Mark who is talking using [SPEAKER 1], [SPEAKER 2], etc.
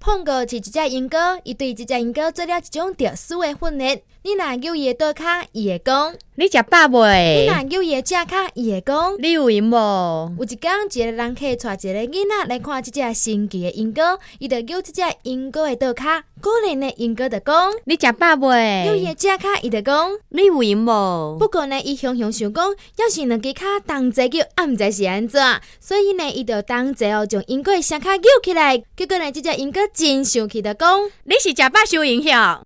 [SPEAKER 1] 碰过是一只鹦哥，伊对这只鹦哥做了一种特殊的训练。你若揪伊的倒骹，伊会讲；
[SPEAKER 2] 你食饱
[SPEAKER 1] 你
[SPEAKER 2] 未？
[SPEAKER 1] 若揪伊的正骹，伊会讲。
[SPEAKER 2] 你有闲无？
[SPEAKER 1] 有一天，一个人客带一个囡仔来看这只神奇的鹦哥，伊就揪这只鹦哥的倒骹，果然呢，鹦哥就讲，
[SPEAKER 2] 你食饱
[SPEAKER 1] 揪伊
[SPEAKER 2] 未？
[SPEAKER 1] 的正骹，伊就讲。
[SPEAKER 2] 你有闲无？
[SPEAKER 1] 不过呢，伊雄雄想讲，要是两只脚同齐叫，啊毋知是安怎，所以呢，伊就同齐哦，将因哥的双脚揪起来。结果呢，即只因哥真生气的讲，
[SPEAKER 2] 你是食饱休闲遐？